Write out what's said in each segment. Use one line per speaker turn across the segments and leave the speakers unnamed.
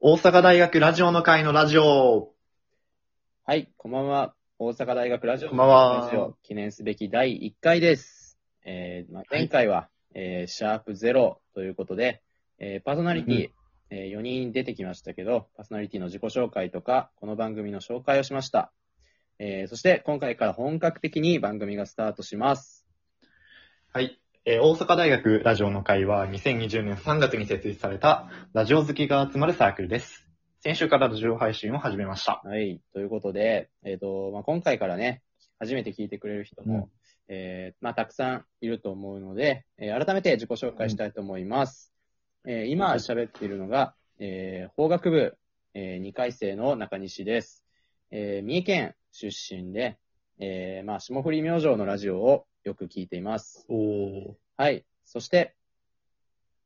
大阪大学ラジオの会のラジオ。
はい、こんばんは。大阪大学ラジオ
こんばんは
ラジオ記念すべき第1回です。えーまあ、前回は、えーシャープゼロということで、えーパーソナリティ、え4人出てきましたけど、パーソナリティの自己紹介とか、この番組の紹介をしました。えーそして、今回から本格的に番組がスタートします。
はい。えー大阪大学ラジオの会は2020年3月に設立されたラジオ好きが集まるサークルです。先週からラジオ配信を始めました。
はい、ということで、えっ、と、まあ、今回からね、初めて聞いてくれる人も、
うん
えーまあ、たくさんいると思うので、えー改めて自己紹介したいと思います。えー今喋っているのが、えー法学部、え2回生の中西です。えー三重県出身で、えーまあ、霜降り明星のラジオをよく聞いています。
お
はい。そして、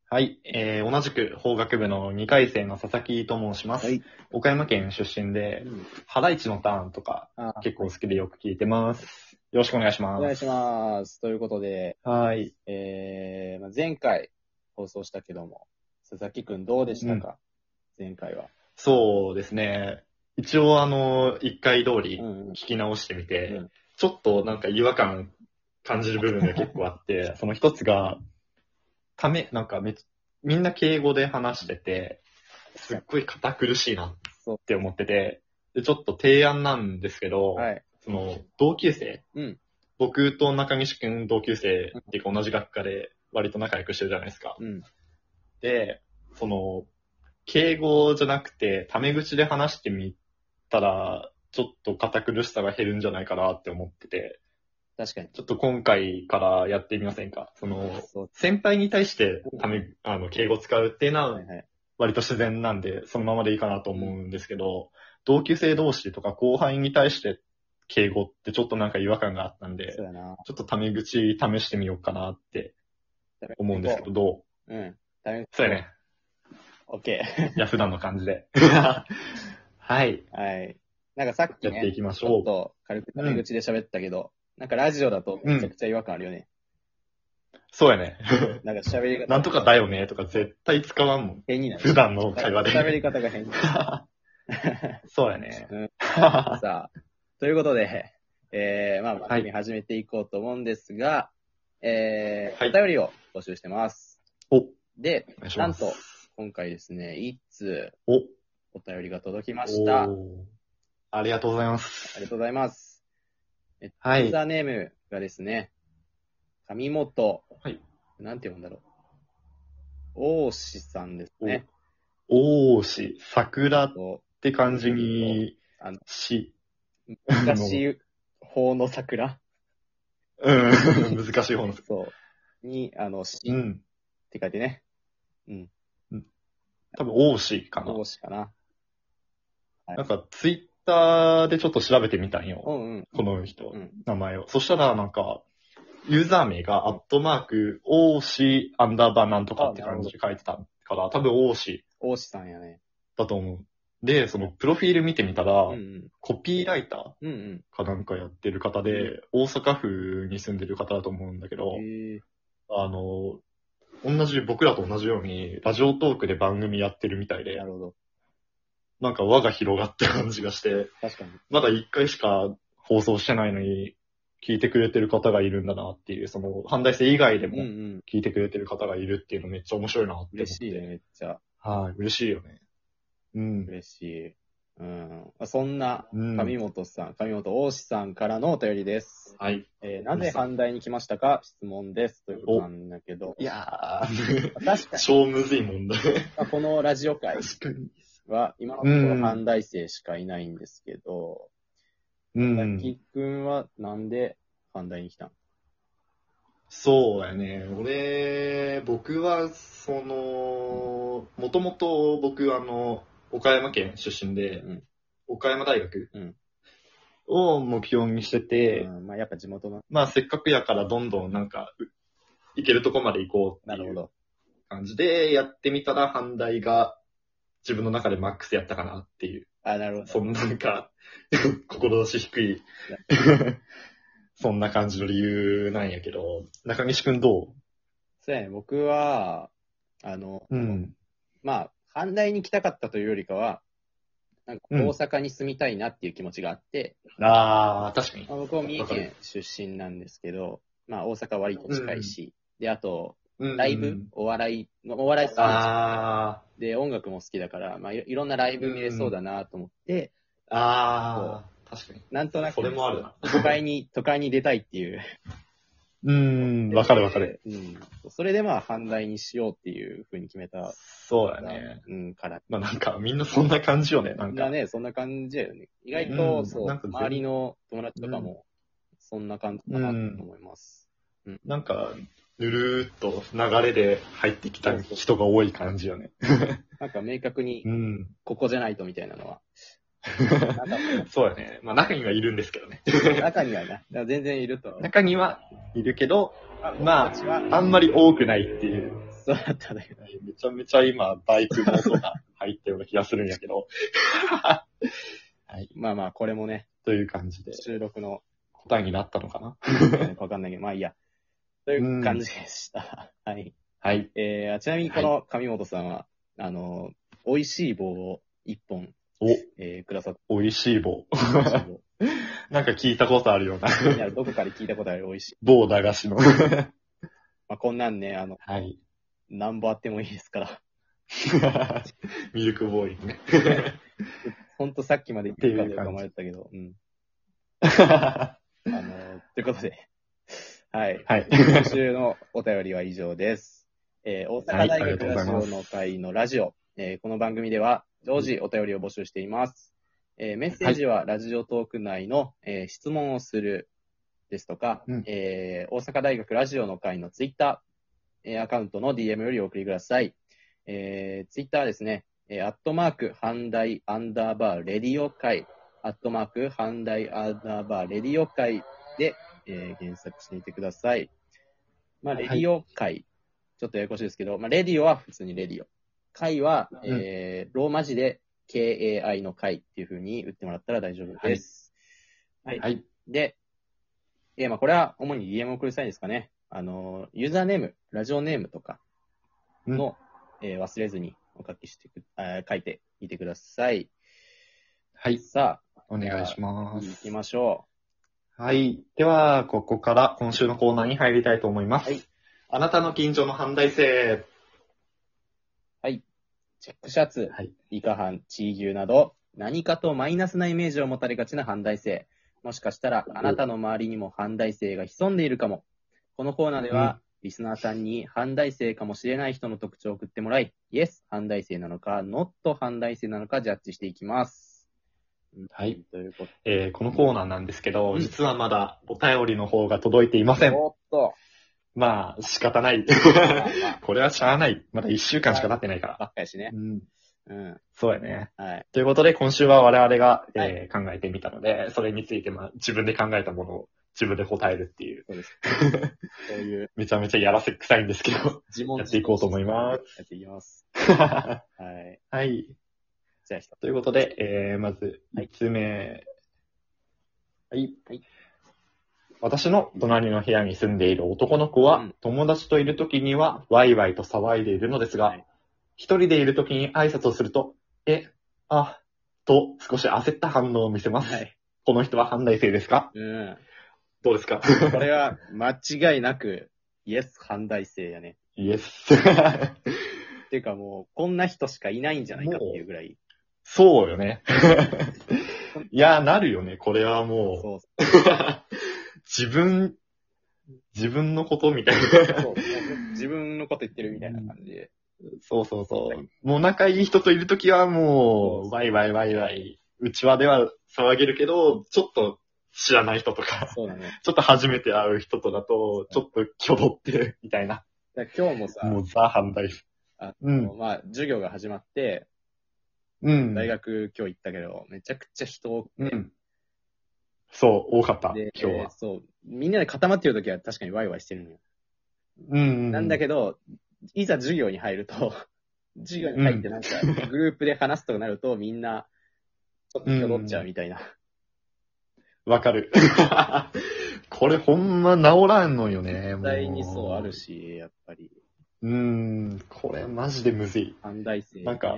はい。えー同じく法学部の2回生の佐々木と申します。
はい
岡山県出身で、ハライチのターンとか
あ
結構好きでよく聞いてます。よろしくお願いします。
お願いします。ということで、
はい。
えーまあ、前回放送したけども、佐々木くんどうでしたか、前回は。
そうですね。一応あの、1回通り、
うんうん
聞き直してみて、
うん
ちょっとなんか違和感感じる部分が結構あって、 その一つが、ため、なんかめっみんな敬語で話してて、すっごい堅苦しいなっ
そ
て思ってて、でちょっと提案なんですけど、
う。はい。
その同級生、
うん
僕と中西くん同級生っていうか同じ学科で割と仲良くしてるじゃないですか。
うん。
で、その、敬語じゃなくて、タメ口で話してみたら、ちょっと堅苦しさが減るんじゃないかなって思ってて、
確かに。
ちょっと今回からやってみませんかその、
そう
先輩に対してタメ、あの、敬語使うっていうの
は
はい
はい。
割と自然なんで、そのままでいいかなと思うんですけど、同級生同士とか後輩に対して敬語ってちょっとなんか違和感があったんで
そ、うやな。
ちょっとタメ口試してみようかなって思うんですけど、どう
うん。ダメ。
そうやね。
オッケ
いや、普段の感じで。 はい。
ー。はい。なんかさっき
やってい
ね、
きまし
ちょ
ょ
っ
う。
と軽くタメ口で喋ったけど、なんかラジオだとめちゃくちゃ違和感あるよね。
そうやね。
なんか喋り方
なんとかだよねとか絶対使わんもん。
変になる。
普段の会話で。
喋り方が変になる。
そうやね。
うん
は
さあ、ということで、えー、まあ、番組始めていこうと思うんですが、えー、
はい
お便りを募集してます。
お、お
で、
願いし
な
ま
ん
す。
と、今回ですね、一通
お、
お便りが届きました。あ
おー。ありがとうございます。
りがとうございます。
は
ユー
い。
ザーネームがですね、上本、
はい
なんて読むんだろう。大志さんですね。
お、おーし、桜っ
と
て感じに
あの、
し、
昔、法の桜
うん、 難しい方の。
そう。に、あの、し
う
っ
ん。
て書いてね。
多分、おーしかな。
大志かな。
なんか、ツイッターでちょっと調べてみたんよ。
うんうん。
この人、
うん
名前を。そしたら、なんか、ユーザー名が、アットマーク、オーシー、アンダーバーなんとかって感じで書いてたから、多分オーシ
大志さんやね。
ーだと思う。で、その、プロフィール見てみたら、
うんうん。
コピーライタ
うんうん。
ーかなんかやってる方で、大阪府に住んでる方だと思うんだけど、
へえ
あの、同じ、僕らと同じように、ラジオトークで番組やってるみたいで
な、るほど。
なんか輪が広がった感じがして、
確かに。
まだ一回しか放送してないのに、聞いてくれてる方がいるんだなっていう、その、反対性以外で
うんう
も
ん。
聞いてくれてる方がいるっていうのめっちゃ面白いなって思って。
嬉しいね、めっちゃ。
はい、嬉しいよね。うん。
嬉しい。うん。まあそんな、
うん
上本さん、上本大志さんからのお便りです。
はい。
えーなぜ反対に来ましたか質問です。ということなんだけど。
いやー、
まあ確か に
超むずい問題。
まあ、このラジオ界
確かに。
は、今のところ反対生しかいないんですけど、
う
さっ
ん。
きくんはなんで反対に来たの
そうやね。俺、僕は、その、もともと僕、あの、岡山県出身で、
うん
岡山大学
うん
を目標にしてて、
うん、まあやっぱ地元の。
まあ、せっかくやからどんどんなんか、う行けるとこまで行こう
な
って
る
い
ほ
う
ど。
感じで、やってみたら、反対が自分の中でマックスやったかなっていう、
あ、なるほ
そ
ど。
んななんか、 志低い、そんな感じの理由なんやけど、中西くんど
そうやね、僕は、あの、
ううん。
まあ、阪大に来たかったというよりかは、なんか
うん
大阪に住みたいなっていう気持ちがあって、
ああ、確かに。
まあ、僕は三重県出身なんですけど、まあ大阪割と近いし、で、あと、
うん
ライブ、お笑いの、お笑い好きなんですよ
あ
で、音楽も好きだから、まあいろいろんなライブ見れそうだなと思って、
あ、ああ、確かに。
なんとなく、
それもあるな。
都会に、 都会に出たいっていう。
うん、わかるわかる。
うん。それでまあ、阪大にしようっていうふうに決めた。
そうだね。
うん、から。
まあなんか、みんなそんな感じよね、なん
みんな
か。
ね、そんな感じだよね。意外
う
と、
ん
そう、
なんか全
周りの友達とかも、そんな感じかなと思います。
なんか、ぬるーっと流れで入ってきた人が多い感じよね。
なんか明確に
う、ん。
ここじゃないとみたいな のは。なかっ
そうだね。まあ中にはいるんですけどね。
た中にはな。だから全然いる と。
中にはいるけど、まあ
僕たちは
あんまり多くないっていう。
そうだったんだけど。
めちゃめちゃ今、バイクの音が入ったような気がするんやけど。 はい。
まあまあ、これもね、
という感じで、
収録の
答えになったのかな
わか んないけど、まあいいや。という感じでした。はい。
はい。
えー、ちなみにこの上本さんは、あの、美味しい棒を一本、えー、くださっ
お、美味しい棒。
た美味しい棒。
なんか聞いたことあるような。
気になるどこかで聞いたことある美味しい。
棒駄菓子の。 は
まあ、こんなんね、あの、
い。
何本あってもいいですから。
ミルクボーイね。
ほんとさっきまで言ってたかどうか迷ったけど、うん。
は
あの、 ということで、 はい。
い。
今週のお便りは以上です。えー大阪大学ラジオの会のラジオ、えーこの番組では常時お便りを募集しています。えーメッセージはラジオトーク内の、えー質問をするですとか、
うん
えー大阪大学ラジオの会のツイッター、えーアカウントの DM よりお送りください。えーツイッターですね、えーアットマーク、阪大アンダーバーレディオ会、アットマーク、阪大アンダーバーレディオ会で、えー検索してみてください。まあ、
はい
レディオ会、ちょっとややこしいですけど、まあ、レディオは普通にレディオ。会は、えーローマ字で KAI の会っていう風に打ってもらったら大丈夫です。はい
はい。
で、えーまあ、これは主に DM を送る際ですかね。あのー、ユーザーネーム、ラジオネームとかの、えー忘れずにお書きしてく、あー書いてみてください。
はい。
さ
お願いし
あ、
ま
行き
す。
ましょ
はい。では、ここから今週のコーナーに入りたいと思います。
はい
あなたの近所の阪大生。
う。チェックシャツ、
はい。
イカハン、チー牛など、何かとマイナスなイメージを持たれがちな阪大生。もしかしたら、あなたの周りにも阪大生が潜んでいるかも。このコーナーでは、リスナーさんに阪大生かもしれない人の特徴を送ってもらい、イエス、阪大生なのか、ノット阪大生なのか、ジャッジしていきます。
はい。
というこ
えーこのコーナーなんですけど、
うん
実はまだお便りの方が届いていま
と
せ
で。
ん。
おっ と。
まあ、仕方ない。
まあまあ
これはしゃあない。まだ一週間しか経ってないから。
ばっかりしね。
うん。
うん。
そうやね。
はい。
ということで、今週は我々が、
は
えー考えてみたので、それについて、まあ、自分で考えたものを自分で答えるっていう、
そうです。そういう
めちゃめちゃやらせ臭いんですけど、
自問。
やっていこうと思います
やっていきます。
は
はい。
い。
じゃあ、一
ということで、えー、まず、
はい
1つ目。はい。
はい
私の隣の部屋に住んでいる男の子は、
うん
友達といる時にはワイワイと騒いでいるのです
は
が
い、
一、人でいる時に挨拶をすると、え、あ、と少し焦った反応を見せます。
はい。
この人は反大生ですか
うん。
どうですか
これは間違いなく、イエス、反大生やね。
イエス。
っていうかもう、こんな人しかいないんじゃないかっていうぐらい。
そうよ ね。いや、なるよね。これはもう。
そう
自分、自分のことみたい
そう
な。
そう。自分のこと言ってるみたいな感じで。
そうそうそう。もう仲いい人といるときはもう、ワイワイワイワイ。うちわでは騒げるけど、ちょっと知らない人とか、
そうだね。
ちょっと初めて会う人とだと、ちょっと挙動ってるみたいな。
だから今日もさ、
もうザ・反対。
あ
うん。
まあ、授業が始まって、
うん。
大学今日行ったけど、めちゃくちゃ人多く
う
て、
ん。そう、多かった、
で、
今日
えー
は。
そう、みんなで固まってる時は確かにワイワイしてるのよ。
うん。
なんだ
け
けど、いざ授業に入ると、 授業に入ってなんか、グループで話すとなると、みんな、ちょっと気を取っちゃうみたいな。
ど。わかる。 これほんま治らんのよね。もう
絶対にそうあるし、やっぱり。
うーん、これマジでむずい。
反大生、ね。
なんか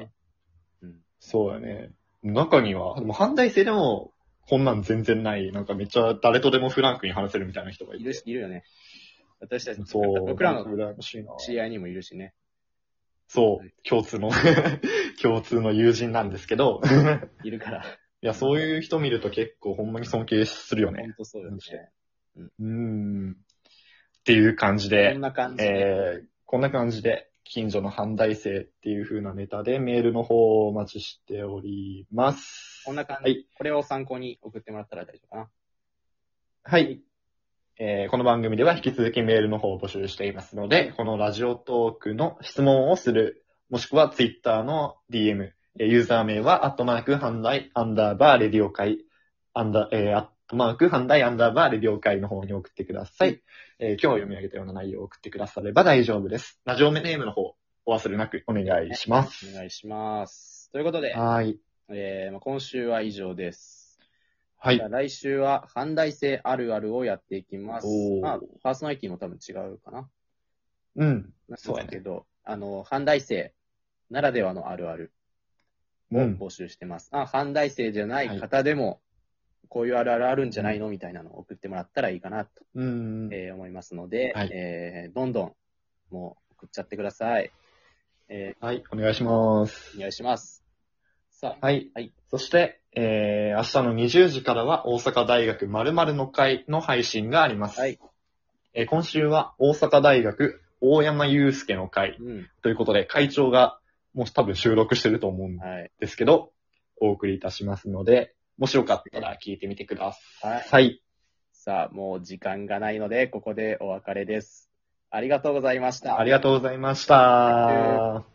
うん。
そうやね。中には、でも反対性でも、こんなん全然ない、なんかめっちゃ誰とでもフランクに話せるみたいな人がい
い
て
るし、いるよね。私たち、
そう。
僕らの
羨ましいな。
知り合いにもいるしね。
そう、共通の、 共通の友人なんですけど、
い るから。
いや、そういう人見ると結構ほんまに尊敬するよ
ほ
ね
ん。とそうよね。
うーん。っていう感じ
こ
で
ん、な感じで。
えー、こんな感じで、近所の反大生っていう風なネタでメールの方をお待ちしております。
こんな感じ、
はい
これを参考に送ってもらったら大丈夫かな。
はい。えーこの番組では引き続きメールの方を募集していますので、このラジオトークの質問をする、もしくはツイッターの DM、えーユーザー名は、アットマーク、ハンダイ、アンダーバー、レディオ会、アンダー、えーアットマーク、ハンダイ、アンダーバー、レディオ会の方に送ってください。えー今日読み上げたような内容を送ってくだされば大丈夫です。ラジオネームの方、お忘れなくお願いします。
お願いします。ということで、
はい。
えーまあ、今週は以上です。
は
じゃあ
い。
来週は、反大生あるあるをやっていきます
お。ー
まあ、パーソナリティも多分違うかな。
うん。
なんですけど、あの、反大生ならではのあるあるを
うん
募集してます。あ、反大生じゃない方でも、こういうあるあるあるんじゃないのみたいなのを送ってもらったらいいかなと、
うん。
えー思いますので、
はい
えーどんどんもう送っちゃってください。え
はい。お願いします
ーお。願いします。さあ、
はい。
はい
そして、えー、明日の20時からは大阪大学〇〇の会の配信があります。
はい。
えー今週は大阪大学大山祐介の会
うん、
ということで、会長がもう多分収録してると思うん
はい。
ですけど、お送りいたしますので、もしよかったら聞いてみてくだ
はい。
さい。
さあ、もう時間がないので、ここでお別れです。ありがとうございました。
ありがとうございました。